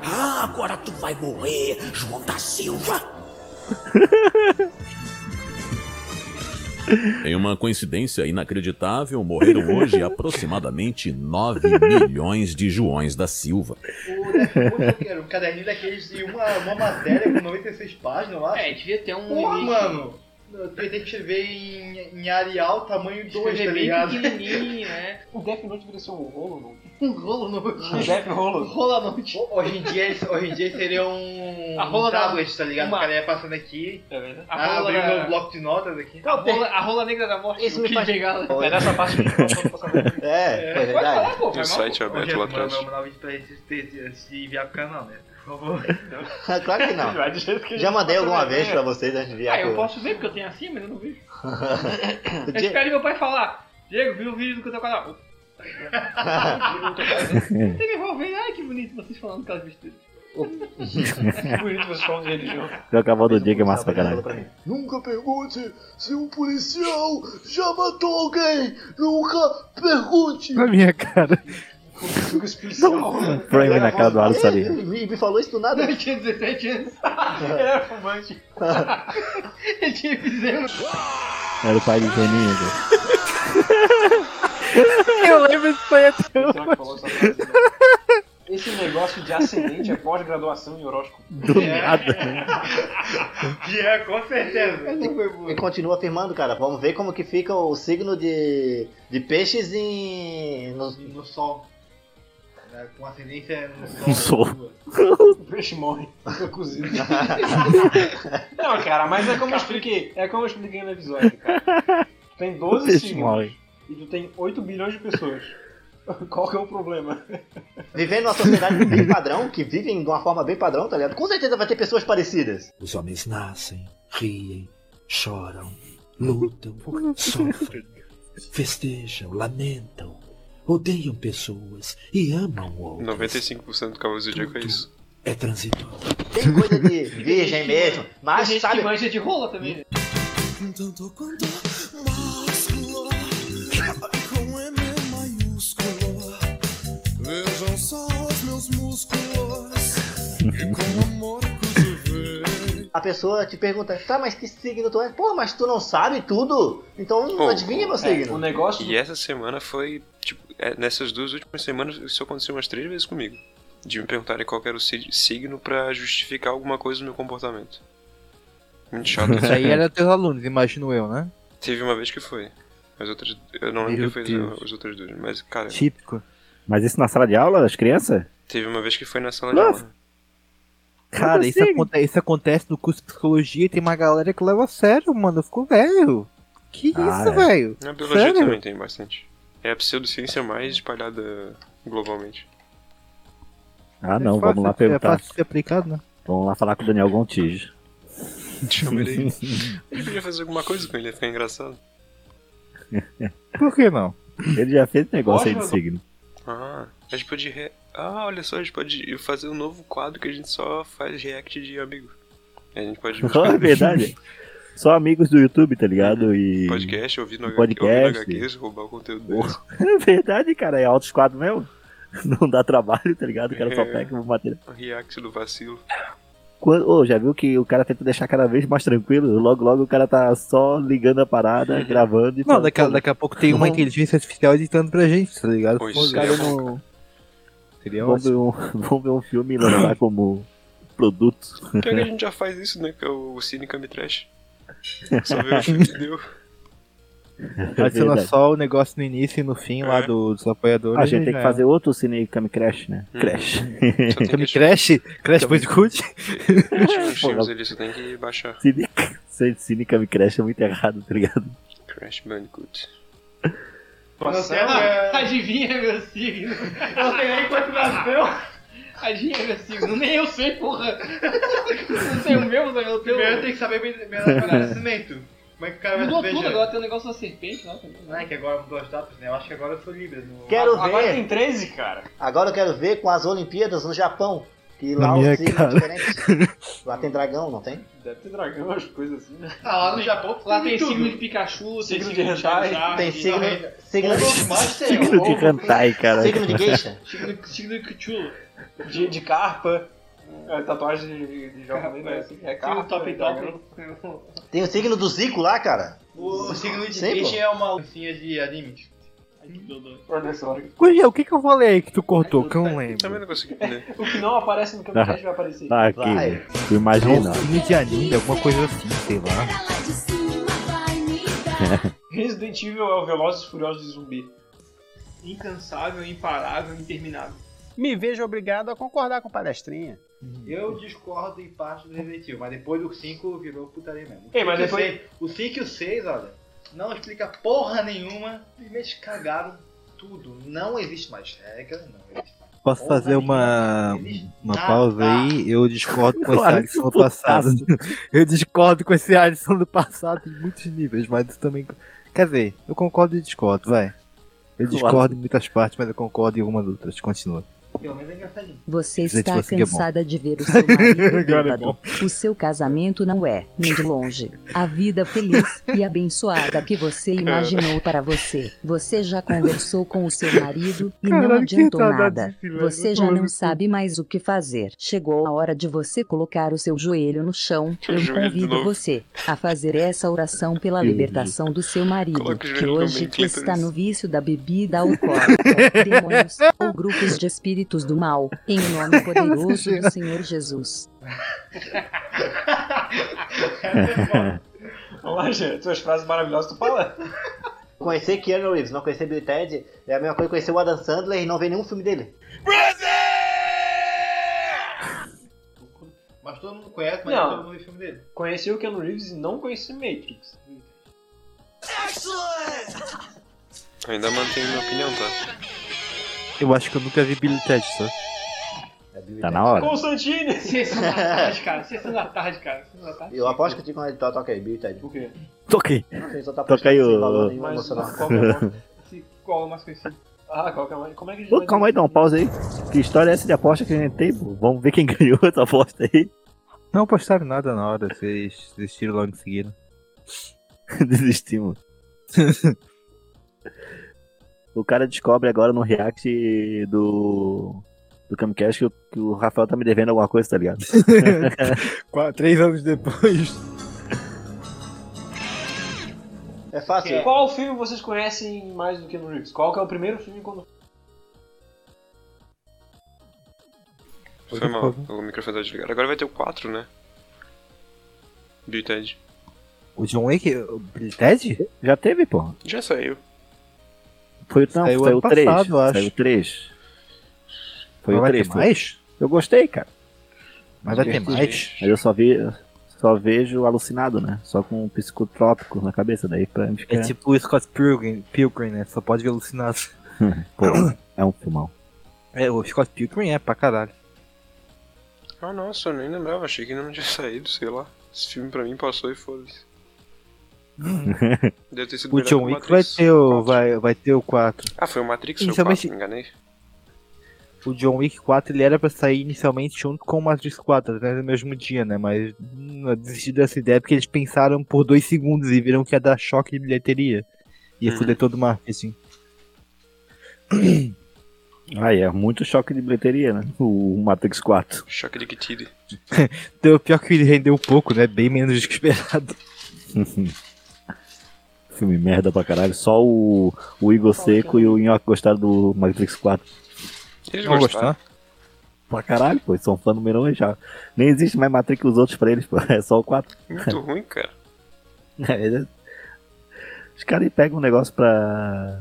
Speaker 10: Ah, agora tu vai morrer, João da Silva!
Speaker 6: Em uma coincidência inacreditável, morreram hoje aproximadamente 9 milhões de Joões da Silva.
Speaker 11: O Death Note, cara, um caderninho daqueles de uma, uma matéria com 96 páginas, eu acho. É, devia ter um. Porra,
Speaker 10: limite.
Speaker 11: mano! Eu tentei escrever em, em Arial tamanho 2, tá
Speaker 10: Escrever bem
Speaker 11: ligado?
Speaker 10: pequenininho, né?
Speaker 11: O Death Note deveria ser um rolo, não? Um rolo no.
Speaker 10: Um Death Rolo.
Speaker 11: Rola noite. Hoje em dia, hoje em dia seria um.
Speaker 10: A rola
Speaker 11: um
Speaker 10: da-
Speaker 11: tablet, tá ligado? O cara ia passando aqui. Tá vendo?
Speaker 10: A rola
Speaker 11: abriu
Speaker 10: da-
Speaker 11: meu bloco de notas aqui.
Speaker 10: A rola- a
Speaker 11: negra da morte.
Speaker 10: Isso me faz-
Speaker 11: É nessa parte que
Speaker 10: É, foi
Speaker 11: Pode
Speaker 10: verdade.
Speaker 11: falar, pô,
Speaker 2: E o site é aberto lá atrás.
Speaker 11: Mano, meu vídeo pra gente antes de enviar pro canal, né? Por favor.
Speaker 10: Ah, Claro que não.
Speaker 11: Vai do jeito que
Speaker 10: Já mandei alguma vez pra
Speaker 11: você.
Speaker 10: vocês antes de
Speaker 11: Ah,
Speaker 10: viajar.
Speaker 11: eu posso ver porque eu tenho assim, mas eu não vejo. Eu espero meu pai falar. Diego, viu o vídeo do que eu teu canal? tá Você tá me envolvendo. Ai, que bonito vocês falando aquelas besteiras. que bonito vocês falando de religião.
Speaker 3: Joga cavalo do dia que é massa pra caralho.
Speaker 10: Nunca pergunte se um policial já matou alguém. Nunca pergunte.
Speaker 3: Na minha cara.
Speaker 10: Não,
Speaker 3: Frame na cara do Alisson ali.
Speaker 10: Me, me falou isso do nada.
Speaker 11: Ele tinha 17 anos. Ele
Speaker 3: É,
Speaker 11: era fumante. Ele tinha visão.
Speaker 3: Era o pai de Geninho. cara.
Speaker 11: Eu lembro disso aí até Esse negócio de ascendente é pós-graduação em horóscopo.
Speaker 3: né?
Speaker 10: Do
Speaker 1: É.
Speaker 10: nada.
Speaker 11: Yeah, É, com certeza.
Speaker 10: E continua afirmando, cara. Vamos ver como que fica o signo de, de peixes em. No,
Speaker 11: sol. Com ascendência no
Speaker 10: No sol.
Speaker 11: O peixe morre. Fica cozido. Não, cara, mas é como eu expliquei. É como eu expliquei no episódio, cara. Tem
Speaker 3: O
Speaker 11: 12
Speaker 3: peixe
Speaker 11: signos.
Speaker 3: morre.
Speaker 11: E tu tem 8 bilhões de pessoas. Qual que é o problema?
Speaker 10: Vivendo uma sociedade bem padrão, que vivem de uma forma bem padrão, tá ligado? Com certeza vai ter pessoas parecidas.
Speaker 18: Os homens nascem, riem, choram, lutam, sofrem, festejam, lamentam, odeiam pessoas e amam outras.
Speaker 2: 95% do Cavaleiros do Zodíaco é isso.
Speaker 18: É transitório.
Speaker 10: Tem coisa de virgem mesmo, mas
Speaker 11: Tem gente
Speaker 10: sabe.
Speaker 11: que manja de rola também, né?
Speaker 10: Tanto quanto
Speaker 18: Com M maiúsculo, vejam só os meus músculos. E com amor
Speaker 10: A pessoa te pergunta, tá, mas que signo tu é? Pô, mas tu não sabe tudo? Então não adivinha meu signo.
Speaker 2: E essa semana foi, tipo, é, nessas duas últimas semanas isso aconteceu umas três vezes comigo. De me perguntarem qual que era o si- signo pra justificar alguma coisa do meu comportamento. Muito chato.
Speaker 1: Isso aí era teus alunos, imagino eu, né?
Speaker 2: Teve uma vez que foi. As outras. Eu não
Speaker 1: Meu
Speaker 2: lembro quem foi
Speaker 1: Deus.
Speaker 2: as, as outras duas, mas, cara.
Speaker 3: É.
Speaker 1: Típico.
Speaker 3: Mas isso na sala de aula, das crianças?
Speaker 2: Teve uma vez que foi na sala de aula.
Speaker 1: Cara, isso,
Speaker 3: assim?
Speaker 1: aconte- isso acontece no curso de psicologia e tem uma galera que leva a sério, mano. Eu fico velho. Que
Speaker 3: Ah,
Speaker 1: isso,
Speaker 3: é.
Speaker 1: velho?
Speaker 2: Na biologia
Speaker 1: Sério?
Speaker 2: também tem bastante. É a pseudociência mais espalhada globalmente.
Speaker 3: Ah, não, vamos lá
Speaker 1: É
Speaker 3: perguntar.
Speaker 1: fácil de ser aplicado, né?
Speaker 3: Vamos lá falar com o Daniel Gontijo.
Speaker 2: Chama ele aí. Ele podia fazer alguma coisa com ele, ia ficar engraçado.
Speaker 1: Por que não?
Speaker 3: Ele já fez negócio aí de
Speaker 2: Ótimo.
Speaker 3: signo.
Speaker 2: Ah, a gente pode. Re... Ah, olha só, a gente pode fazer um novo quadro que a gente só faz react de amigo. A gente pode.
Speaker 3: é verdade. Só amigos do YouTube, tá ligado? E.
Speaker 2: um Podcast, ouvir no HQ,
Speaker 3: Podcast.
Speaker 2: ouvir no HQ, roubar o conteúdo deles.
Speaker 3: É verdade, cara. É altos quadros mesmo. Não dá trabalho, tá ligado? O cara só
Speaker 2: É.
Speaker 3: pega o material.
Speaker 2: React do vacilo.
Speaker 3: Quando, ô, já viu que o cara tenta deixar cada vez mais tranquilo? Logo, logo o cara tá só ligando a parada, gravando e
Speaker 1: Não,
Speaker 3: falando,
Speaker 1: daqui, a-
Speaker 3: "Pô,
Speaker 1: daqui a pouco tem uma
Speaker 3: vamos-
Speaker 1: inteligência artificial editando pra gente, tá ligado?
Speaker 3: Pois
Speaker 1: Pô,
Speaker 3: é.
Speaker 1: cara, não- Seria
Speaker 3: Vamos ver,
Speaker 1: ótimo.
Speaker 3: um, vamos ver um filme e lançar como produto.
Speaker 2: Pior que a gente já faz isso, né? Que é o Cine Cami Trash. Só ver o filme que deu.
Speaker 1: Adiciona
Speaker 3: Verdade.
Speaker 1: só o negócio no início e no fim lá do, dos apoiadores.
Speaker 3: né?
Speaker 1: né?
Speaker 3: A gente tem
Speaker 1: já
Speaker 3: que
Speaker 1: era.
Speaker 3: fazer outro Cine Cam Crash, né?
Speaker 10: Hum.
Speaker 3: Crash.
Speaker 1: Cami Crash? Crash Bandicoot?
Speaker 2: Os
Speaker 3: Pô,
Speaker 2: filmes ali, você tem que baixar.
Speaker 3: Cine, Cine- Cine Cam Crash é muito errado, tá ligado?
Speaker 2: Crash Bandicoot.
Speaker 19: é
Speaker 11: Marcelo, Ah, adivinha meu signo. Eu sei nem quanto nasceu. Adivinha meu signo. Nem eu sei, porra. Não sei o meu, mas eu tenho...
Speaker 19: Primeiro tem que saber bem- bem do nascimento. Como é que o cara vai
Speaker 11: Mudou
Speaker 19: saber
Speaker 11: tudo,
Speaker 19: já?
Speaker 11: agora tem um negócio da serpente lá também.
Speaker 19: Não é que agora mudou as datas, né? Eu acho que agora eu sou livre. No...
Speaker 10: Quero ver.
Speaker 19: Agora tem 13, cara.
Speaker 10: Agora eu quero ver com as Olimpíadas no Japão. Que
Speaker 19: Na
Speaker 10: lá
Speaker 19: minha
Speaker 10: o signo é
Speaker 19: cara.
Speaker 10: diferente. Lá tem dragão, não tem?
Speaker 11: Deve ter dragão, umas coisas assim, né?
Speaker 19: Ah, lá no Japão
Speaker 11: Lá
Speaker 19: tem
Speaker 11: tem
Speaker 19: tudo.
Speaker 11: signo de Pikachu, tem
Speaker 19: Signo de
Speaker 11: signo de
Speaker 19: hentai.
Speaker 11: Charizard,
Speaker 19: Tem signo-
Speaker 10: signo de-
Speaker 11: Ghostmaster,
Speaker 3: Signo de
Speaker 11: ovo,
Speaker 3: hentai, cara.
Speaker 11: signo de geisha. Signo, signo de Cthulhu. De, de carpa. É, Tatuagem de, de jovem, né? É carpa.
Speaker 19: top
Speaker 11: é dragão.
Speaker 19: top.
Speaker 10: Tem o signo do Zico lá, cara.
Speaker 19: O signo de
Speaker 10: Sim, pô.
Speaker 19: peixe é uma lucinha de anime.
Speaker 11: Olha
Speaker 1: Guria, é, o que que eu falei aí que tu cortou? Que eu não lembro.
Speaker 2: Também não consegui entender.
Speaker 11: O que não aparece no
Speaker 3: Ah,
Speaker 11: Camicast vai aparecer.
Speaker 3: tá aqui. Tu imagina.
Speaker 1: É um filme de anime, alguma coisa assim, sei lá.
Speaker 11: Resident Evil é o Velozes e Furiosos de zumbi. Incansável, imparável, interminável.
Speaker 19: Me vejo obrigado a concordar com palestrinha. Eu discordo em parte do Resident Evil, mas depois do 5 virou putaria mesmo. O
Speaker 11: Ei, mas
Speaker 19: cinco e o
Speaker 11: depois-
Speaker 19: seis- O 5 e o 6, olha, não explica porra nenhuma, eles cagaram tudo. Não existe mais regra, não existe mais.
Speaker 1: Posso
Speaker 19: porra
Speaker 1: fazer uma, uma pausa aí? Eu discordo com esse
Speaker 19: Claro,
Speaker 1: Alisson do passado. Eu discordo com esse Alisson do passado em muitos níveis, mas eu também. Quer dizer, eu concordo e discordo, vai. Eu
Speaker 3: Claro.
Speaker 1: discordo em muitas partes, mas eu concordo em algumas outras. Continua.
Speaker 19: Pelo menos é engraçadinho.
Speaker 20: Você
Speaker 1: Gente,
Speaker 20: está
Speaker 1: você que é bom.
Speaker 20: cansada de ver o seu marido
Speaker 1: Agora é
Speaker 20: bêbado.
Speaker 1: bom.
Speaker 20: O seu casamento não é, nem de longe, a vida feliz e abençoada que você imaginou para você. Você já conversou com o seu marido e não
Speaker 21: Caralho, que
Speaker 20: adiantou
Speaker 21: retardado
Speaker 20: nada.
Speaker 21: esse velho.
Speaker 20: Você já não sabe mais o que fazer. Chegou a hora de você colocar o seu joelho no chão.
Speaker 21: O
Speaker 20: Eu
Speaker 21: joelho de
Speaker 20: convido
Speaker 21: novo.
Speaker 20: você a fazer essa oração pela libertação do seu marido,
Speaker 21: Coloca o
Speaker 20: que
Speaker 21: joelho no
Speaker 20: hoje
Speaker 21: meu clítoris.
Speaker 20: está no vício da bebida alcoólica, demônios ou grupos de espíritos do mal, em nome poderoso do Senhor Jesus.
Speaker 11: Vamos lá, gente. Suas frases maravilhosas tu fala.
Speaker 10: Conhecer Keanu Reeves, não conhecer Bill Ted, é a mesma coisa que conhecer o Adam Sandler e não ver nenhum filme dele.
Speaker 19: Mas todo mundo conhece, mas
Speaker 11: Não.
Speaker 19: todo mundo viu o filme dele.
Speaker 11: Conheci o Keanu Reeves e não conheci Matrix.
Speaker 2: Ainda mantenho minha opinião, tá?
Speaker 1: Eu acho que eu nunca vi Billy Ted, só.
Speaker 3: Tá na hora.
Speaker 11: Constantine!
Speaker 10: Sessão da tarde,
Speaker 11: cara. Sessão da tarde, cara. Sessão da tarde.
Speaker 10: Eu aposto que eu digo quando ele to- toca aí, Bill Ted. O
Speaker 11: quê?
Speaker 3: Toquei.
Speaker 10: Não, só tá
Speaker 3: Toquei
Speaker 10: apostando sem valor
Speaker 3: o.
Speaker 10: nenhum emocional.
Speaker 11: Esse- Qual é o mais conhecido? Ah, qual que é o mais... Como é que a gente
Speaker 3: Ô,
Speaker 11: vai
Speaker 3: calma aí, dá uma pausa aí. Que história é essa de aposta que a gente tem? pô? Vamos ver quem ganhou essa aposta aí.
Speaker 1: Não postaram nada na hora, vocês desistiram logo em seguida.
Speaker 3: Desistimos. O cara descobre agora no react do. do Camcast que, o- que o Rafael tá me devendo alguma coisa, tá ligado?
Speaker 1: Qua- Três anos depois.
Speaker 10: É
Speaker 11: fácil. Qual filme vocês conhecem mais do que no Reeves? Qual que é o primeiro filme quando.
Speaker 2: Foi mal, o microfone tá desligado. Agora vai ter o 4, né? Bill e Ted.
Speaker 1: O John Wick? O Billy Ted?
Speaker 3: Já teve, pô.
Speaker 2: Já saiu.
Speaker 3: Foi, não,
Speaker 1: Saiu
Speaker 3: saiu
Speaker 1: ano
Speaker 3: três.
Speaker 1: passado, eu acho.
Speaker 3: Saiu três. Foi
Speaker 1: Mas
Speaker 3: o
Speaker 1: vai
Speaker 3: três.
Speaker 1: ter
Speaker 3: foi.
Speaker 1: mais?
Speaker 3: Eu gostei, cara.
Speaker 1: Mas vai ter mais?
Speaker 3: Mas eu só vi. Só vejo alucinado, né? Só com um psicotrópico na cabeça, daí pra mim
Speaker 1: É
Speaker 3: fica.
Speaker 1: tipo o Scott Pilgrim, Pilgrim, né? Só pode ver alucinado.
Speaker 3: Pô, é um filmão.
Speaker 1: É, o Scott Pilgrim é pra caralho.
Speaker 2: Ah, nossa, eu nem lembrava. Achei que ainda não tinha saído, sei lá. Esse filme pra mim passou e foda-se. Deve ter sido
Speaker 1: O
Speaker 2: melhor que
Speaker 1: John Wick vai
Speaker 2: Matrix.
Speaker 1: ter o, vai, vai ter o 4.
Speaker 2: Ah, foi o Matrix ou o 4,
Speaker 1: Inicialmente-
Speaker 2: me enganei?
Speaker 1: O John Wick 4 ele era pra sair inicialmente junto com o Matrix 4, até no mesmo dia, né? Mas hum, eu desisti dessa ideia porque eles pensaram por dois segundos e viram que ia dar choque de bilheteria. Ia
Speaker 3: Uhum.
Speaker 1: fuder todo o marketing.
Speaker 3: Aí é muito choque de bilheteria, né? O Matrix 4.
Speaker 2: Choque de Kitty.
Speaker 1: Então, pior que ele rendeu um pouco, né? Bem menos do que esperado.
Speaker 3: Filme merda pra caralho. Só o, o Igor Seco e o Nhoque gostaram do Matrix 4.
Speaker 2: Eles
Speaker 3: Não
Speaker 2: gostaram.
Speaker 3: Pra caralho, pô. Eles são fã número 1 já. Nem existe mais Matrix que os outros pra eles, pô. É só o 4.
Speaker 2: Muito ruim, cara.
Speaker 3: É, Os caras aí pegam um negócio pra.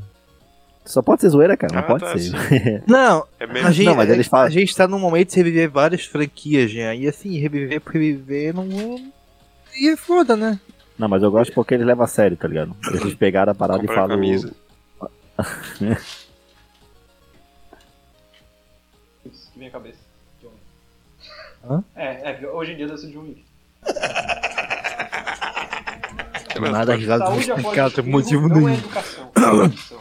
Speaker 3: Só pode ser zoeira, cara. Não
Speaker 1: Ah,
Speaker 3: pode
Speaker 1: tá,
Speaker 3: ser.
Speaker 1: Não,
Speaker 2: É
Speaker 1: a, gente,
Speaker 3: não, mas eles falam.
Speaker 1: a gente tá num momento de reviver várias franquias, né? E assim, reviver por reviver não. E é foda, né?
Speaker 3: Não, mas eu gosto porque eles levam a sério, tá ligado? Eles pegaram a parada
Speaker 2: Compraram
Speaker 3: e falam.
Speaker 2: camisa.
Speaker 11: Isso que vem à cabeça. John Wick.
Speaker 1: Hã?
Speaker 11: É, é, porque hoje em dia deve ser John Wick.
Speaker 2: É
Speaker 1: Nada risado
Speaker 11: Saúde após
Speaker 1: explicado,
Speaker 11: estudo
Speaker 1: um motivo
Speaker 11: não
Speaker 1: nenhum.
Speaker 11: é educação. É maldição.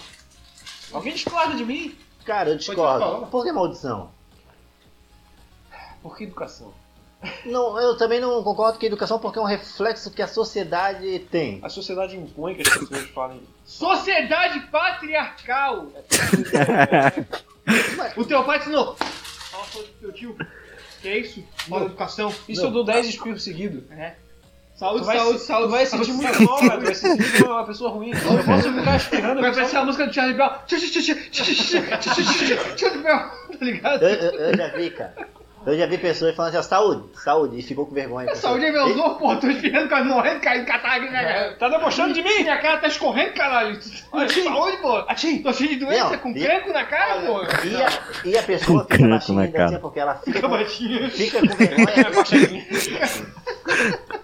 Speaker 11: Alguém discorda de mim?
Speaker 10: Cara, eu discordo.
Speaker 11: falar.
Speaker 10: Por que maldição?
Speaker 11: Por que educação?
Speaker 10: Não, eu também não concordo que a educação porque é um reflexo que a sociedade tem.
Speaker 11: A sociedade impõe que as pessoas falem.
Speaker 19: Sociedade patriarcal! o teu pai te ensinou. Fala sobre teu tio. Que é isso? Mal educação.
Speaker 11: Isso eu dou 10 espirros seguidos.
Speaker 19: É.
Speaker 11: Tu
Speaker 19: Saúde,
Speaker 11: vai,
Speaker 19: saúde,
Speaker 11: se-
Speaker 19: saúde.
Speaker 11: Tu vai
Speaker 19: saúde,
Speaker 11: sentir
Speaker 19: saúde.
Speaker 11: muito mal, velho. Tu vai se sentir uma pessoa ruim. Eu não posso ficar esperando.
Speaker 19: Vai parecer a música do Charlie Brown. Tchu, tchu, tchu, tchu, tchu, tchu, tchu, tchu, tchu, tchu, Charlie Brown, tá ligado?
Speaker 10: Eu, eu- eu já vi, cara. Eu já vi pessoas falando assim, ó, saúde, saúde, e ficou com vergonha.
Speaker 19: Saúde é meu dor, pô. Tô esperando, quase morrendo, caindo, catarro.
Speaker 11: Tá debochando de mim?
Speaker 19: né, Minha cara tá escorrendo, caralho. Saúde, pô. Tô cheio de doença,
Speaker 10: Não,
Speaker 19: com
Speaker 10: e-
Speaker 19: cancro na cara, pô.
Speaker 10: E a, e a pessoa
Speaker 3: Com
Speaker 10: fica
Speaker 3: cancro
Speaker 10: baixinha
Speaker 3: na
Speaker 10: ainda
Speaker 3: cara.
Speaker 10: assim, porque ela fica,
Speaker 19: Fica baixinho.
Speaker 10: fica com vergonha.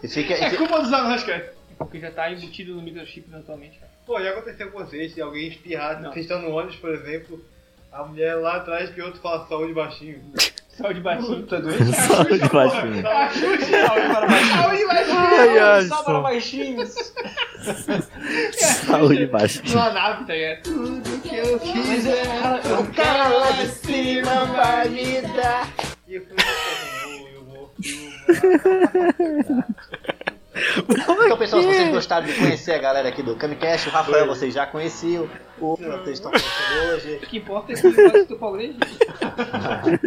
Speaker 10: e fica,
Speaker 19: É
Speaker 10: e
Speaker 19: culpa dos anões, cara.
Speaker 11: Porque já tá embutido no microchip atualmente, cara.
Speaker 19: Pô, já aconteceu com vocês, de alguém espirrar, vocês estão no ônibus, por exemplo, a mulher lá atrás que outro fala saúde baixinho.
Speaker 11: Saúde baixinho, tá doente?
Speaker 3: Saúde baixinho.
Speaker 11: Saúde para baixinho.
Speaker 19: Saúde
Speaker 3: Ai,
Speaker 19: baixinho!
Speaker 3: ai,
Speaker 19: Saúde
Speaker 3: só.
Speaker 19: para baixinhos!
Speaker 3: Saúde baixinho.
Speaker 19: Numa nave, tá ligado? Tudo que eu fiz é
Speaker 10: o cara lá de cima vai me dar.
Speaker 19: E eu falei, eu vou,
Speaker 3: é
Speaker 10: Então, pessoal, se vocês gostaram de conhecer a galera aqui do Camicast, o Rafael vocês já conheciam, o vocês estão conhecendo hoje.
Speaker 11: O que importa é que eu faço do Palmeiras.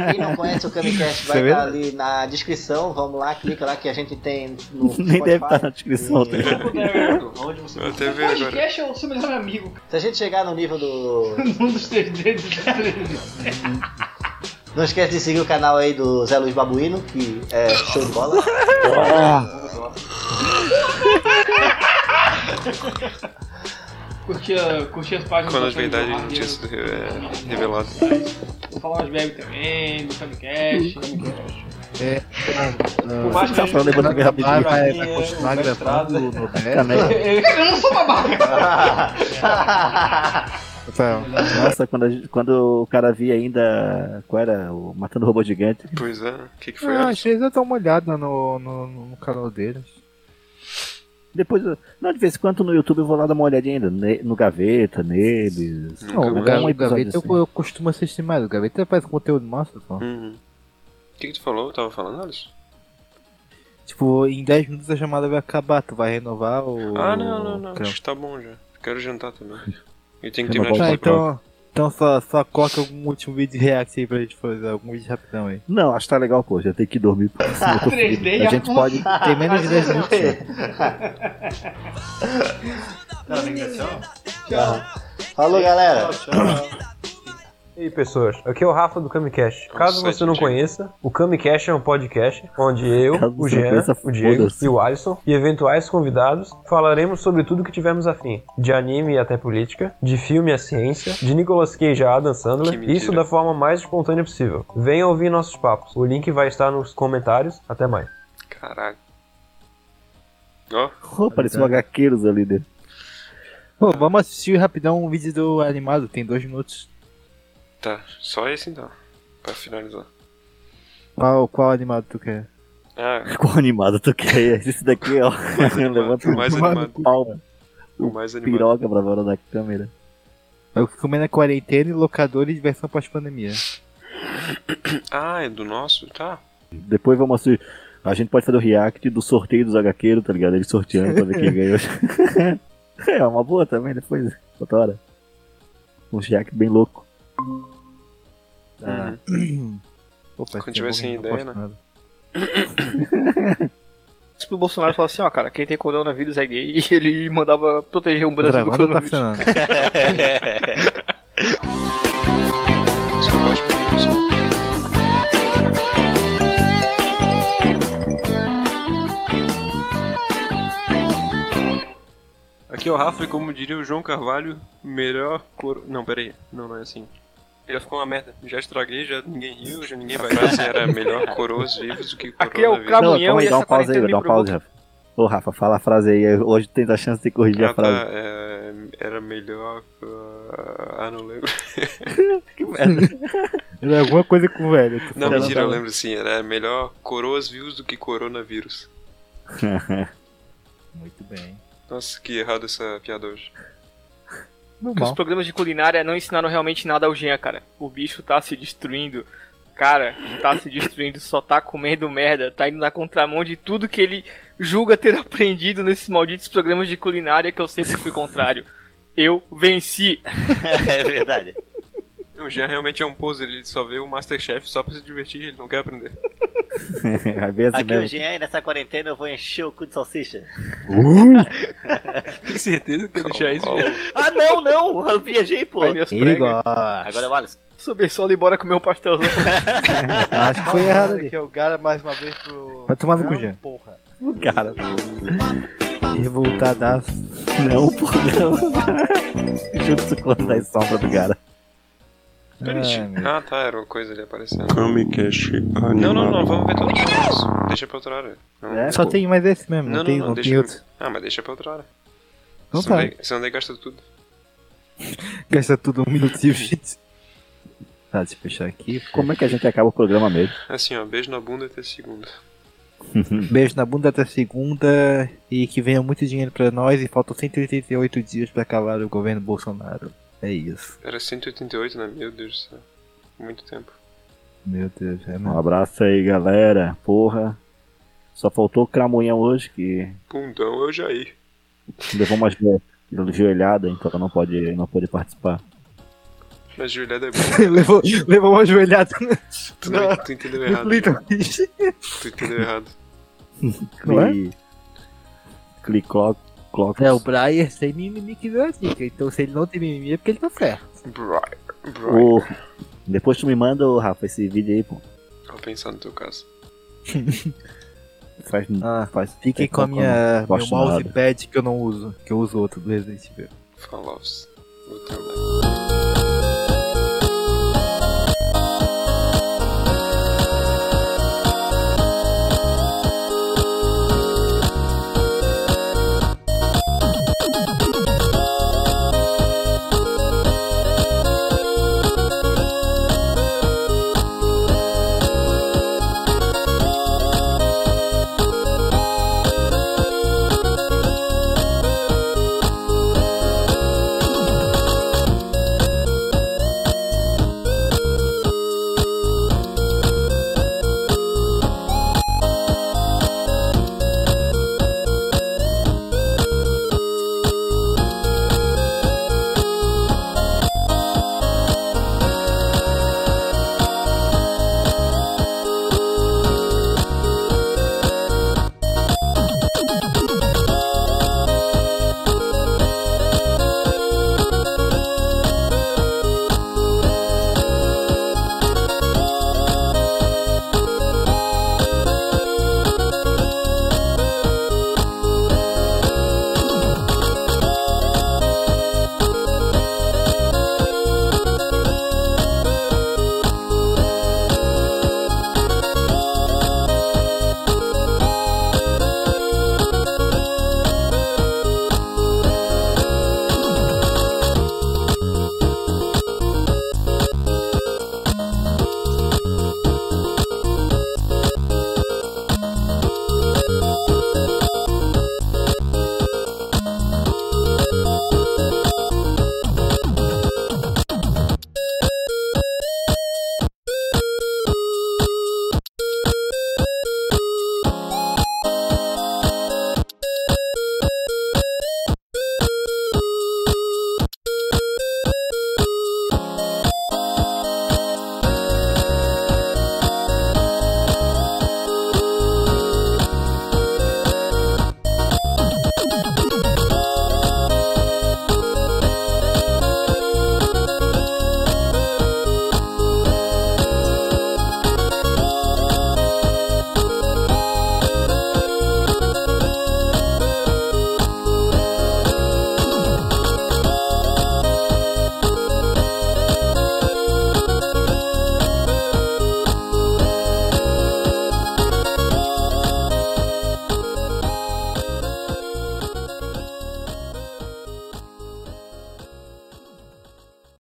Speaker 10: Quem não conhece o Camicast
Speaker 3: Você
Speaker 10: vai
Speaker 3: vê?
Speaker 10: estar ali na descrição. Vamos lá, clica lá que a gente tem no
Speaker 3: Nem deve
Speaker 10: Spotify.
Speaker 3: estar na descrição. tá ligado?
Speaker 11: Onde você
Speaker 2: Eu até vi
Speaker 19: eu vou.
Speaker 2: agora.
Speaker 19: Podcast é o seu melhor amigo.
Speaker 3: tá.
Speaker 10: Se a gente chegar no nível do.
Speaker 19: Um dos teus dedos, cara.
Speaker 10: Não esquece de seguir o canal aí do Zé Luiz Babuíno, que é show de bola.
Speaker 11: Curtir, a- curtir as páginas
Speaker 2: Quando
Speaker 11: do
Speaker 2: as verdades
Speaker 11: Antônio
Speaker 2: não tinham sido re- é, reveladas.
Speaker 11: Barreiro. Vou falar umas bebes também, do Camicast. Camicast.
Speaker 1: É.
Speaker 11: Por mais
Speaker 1: Você
Speaker 11: que
Speaker 1: tá
Speaker 11: a
Speaker 1: falando
Speaker 11: gente-
Speaker 1: agora bem rapidinho.
Speaker 11: Pra
Speaker 1: Vai,
Speaker 11: mim,
Speaker 1: vai
Speaker 11: é
Speaker 1: continuar
Speaker 11: o
Speaker 1: gravando
Speaker 11: mestrado.
Speaker 1: no
Speaker 11: Eu não sou babaca.
Speaker 1: tá?
Speaker 3: Nossa, quando, a gente- quando o cara via ainda. Qual era? O Matando Robô Gigante.
Speaker 2: Pois é, o que, que foi?
Speaker 1: Ah, às vezes eu dou uma olhada no, no, no canal deles.
Speaker 3: Depois, eu- não, de vez em quando no YouTube eu vou lá dar uma olhadinha ainda, ne- no Gaveta, neles.
Speaker 1: Não, o,
Speaker 3: Um
Speaker 1: Ga- o
Speaker 3: episódio
Speaker 1: Gaveta
Speaker 3: assim.
Speaker 1: eu, eu costumo assistir mais. O Gaveta faz conteúdo massa, só.
Speaker 2: Uhum. O que, que tu falou? Eu tava falando, Alisson?
Speaker 1: Tipo, em 10 minutos a chamada vai acabar. Tu vai renovar
Speaker 3: Tipo,
Speaker 1: o.
Speaker 2: Ah, não, não, não.
Speaker 1: Crão.
Speaker 2: Acho que tá bom já. Quero jantar também. E tem que
Speaker 1: Tá,
Speaker 2: terminar de
Speaker 1: então, então só, só coloca algum último vídeo de react aí pra gente fazer. Algum vídeo rapidão aí.
Speaker 3: Não, acho que tá legal, pô. Já tem que dormir. pô, senão eu tô fudido.
Speaker 1: 3D já tá.
Speaker 3: a gente pode.
Speaker 1: funciona. Tem menos de 10 minutos, né?
Speaker 11: Não, tem graça.
Speaker 10: Falou, galera.
Speaker 15: E aí, pessoas, aqui é o Rafa do Camicast. Caso você não conheça, o Camicast é um podcast onde eu,
Speaker 3: Caso
Speaker 15: o
Speaker 3: você não
Speaker 15: Jean,
Speaker 3: conheça,
Speaker 15: o Diego
Speaker 3: foda-se.
Speaker 15: e o Alisson e eventuais convidados falaremos sobre tudo que tivermos afim, de anime até política, de filme à ciência, de Nicolas Cage a Adam Sandler,
Speaker 2: mentira.
Speaker 15: isso da forma mais espontânea possível. Venha ouvir nossos papos. O link vai estar nos comentários. Até mais.
Speaker 2: Caraca. Ó,
Speaker 3: Pô, parecia um HQs ali dentro.
Speaker 1: Pô, vamos assistir rapidão um vídeo do animado, tem 2 minutos.
Speaker 2: tá. Só esse então. Pra finalizar.
Speaker 1: Qual, qual animado tu quer?
Speaker 2: Ah,
Speaker 3: Qual animado tu quer? Esse daqui, ó. Levanta um
Speaker 1: mais animado.
Speaker 3: palma.
Speaker 2: O mais animado.
Speaker 3: Piroca pra fora da câmera.
Speaker 1: É o que comer na quarentena e locador e diversão pós-pandemia.
Speaker 2: Ah, é do nosso? Tá.
Speaker 3: Depois vamos assistir. A gente pode fazer o react do sorteio dos HQs, tá ligado? Eles sorteando pra ver quem ganhou. é uma boa também, depois, outra hora. Um react bem louco. Ah.
Speaker 2: Quando tiver sem ideia, né?
Speaker 21: Se o Bolsonaro falasse assim, ó, cara, quem tem coronavírus é gay, e ele mandava proteger um Brasil do
Speaker 1: Gravando tá
Speaker 21: coronavírus.
Speaker 1: funcionando.
Speaker 2: Aqui é o Rafa e como diria o João Carvalho, melhor coro... Não, peraí. Não, não é assim. Já ficou uma merda. Já estraguei, já ninguém riu, já ninguém vai ver se era melhor coroas vivos do que coroas
Speaker 21: Aqui é o
Speaker 3: Não,
Speaker 21: Camunhão
Speaker 3: calma aí,
Speaker 21: e
Speaker 3: dá uma
Speaker 21: essa
Speaker 3: pausa aí,
Speaker 21: quarentena
Speaker 3: dá
Speaker 21: me
Speaker 3: uma pausa,
Speaker 21: preocupa.
Speaker 3: Rafa. Ô, Rafa, fala a frase aí. Hoje tem a chance de corrigir a
Speaker 2: Ah,
Speaker 3: frase.
Speaker 2: tá, é, era melhor. ah, Ah, não lembro.
Speaker 3: que merda.
Speaker 1: Era É alguma coisa com o velho. tu
Speaker 2: Não,
Speaker 1: falou.
Speaker 2: mentira, eu lembro sim. Era melhor coroas vivos do que coronavírus.
Speaker 1: Muito bem.
Speaker 2: Nossa, que errado essa piada hoje.
Speaker 21: Porque os programas de culinária não ensinaram realmente nada ao Jean, cara. O bicho tá se destruindo. Cara, tá se destruindo, só tá comendo merda, tá indo na contramão de tudo que ele julga ter aprendido nesses malditos programas de culinária que eu sempre fui contrário. Eu venci.
Speaker 2: É verdade. O Jean realmente é um poser, ele só vê o Masterchef só pra se divertir, ele não quer aprender.
Speaker 3: É bem assim
Speaker 10: Aqui
Speaker 3: mesmo.
Speaker 10: o Jean, e nessa quarentena eu vou encher o cu de salsicha.
Speaker 2: Tem certeza que quer deixar isso?
Speaker 21: Ah, não, não! Eu viajei, pô!
Speaker 1: Ele gosta.
Speaker 21: Agora, Wallace. Subir solo e bora comer um pastelzão.
Speaker 1: Acho que foi errado ali.
Speaker 19: Que é o Gara mais uma vez pro.
Speaker 1: Vai tomar no cu, Jean.
Speaker 19: Porra.
Speaker 3: Cara,
Speaker 1: Revoltadaço.
Speaker 3: não, pô, não. Junto com a sombra do cara.
Speaker 2: Ah, tá, era uma coisa ali aparecendo.
Speaker 22: Comicast
Speaker 2: Não, não, não, vamos ver tudo isso. Deixa pra outra hora. Não,
Speaker 19: É,
Speaker 1: Só tem mais esse mesmo, É? não,
Speaker 2: Não,
Speaker 1: tem,
Speaker 2: não,
Speaker 1: não,
Speaker 2: não,
Speaker 1: tem
Speaker 2: deixa.
Speaker 1: outro.
Speaker 2: Ah, mas deixa pra outra hora.
Speaker 1: Então
Speaker 2: Senão
Speaker 1: tá.
Speaker 2: daí- Senão daí gasta tudo.
Speaker 1: Gasta tudo um minutinho. gente.
Speaker 3: Tá, deixa eu fechar aqui. Como é que a gente acaba o programa mesmo?
Speaker 2: Assim, ó, beijo na bunda até segunda. Uhum.
Speaker 1: Beijo na bunda até segunda e que venha muito dinheiro pra nós e faltam 188 dias pra acabar o governo Bolsonaro. É isso.
Speaker 2: Era 188, né? Meu Deus do céu. Muito tempo.
Speaker 1: Meu Deus, é
Speaker 3: Um abraço aí, galera. Porra. Só faltou o Cramunhão hoje, que
Speaker 2: Pundão eu já ia.
Speaker 3: levou uma jo- joelhada, então não pode, não pode participar.
Speaker 2: Mas Juliana é
Speaker 1: levou, levou uma joelhada.
Speaker 2: Tu, não, tu entendeu
Speaker 1: no
Speaker 2: Tá errado. né?
Speaker 1: clítoris.
Speaker 2: Tu entendeu errado.
Speaker 1: Não é?
Speaker 3: Cli... Clicloc. Cloc.
Speaker 1: É, o Brian sem mimimi que deu a dica. Então se ele não tem mimimi é porque ele tá certo.
Speaker 2: Brian, Brian.
Speaker 3: Ô, Depois tu me manda, ô, Rafa, esse vídeo aí, pô.
Speaker 2: Vou pensar no teu caso.
Speaker 3: Faz,
Speaker 1: Ah,
Speaker 3: faz
Speaker 1: Fiquem com a minha, meu
Speaker 3: É, Gosto nada.
Speaker 1: mousepad que eu não uso, que eu uso outro do Resident Evil.
Speaker 2: Falovs. Vou ter um-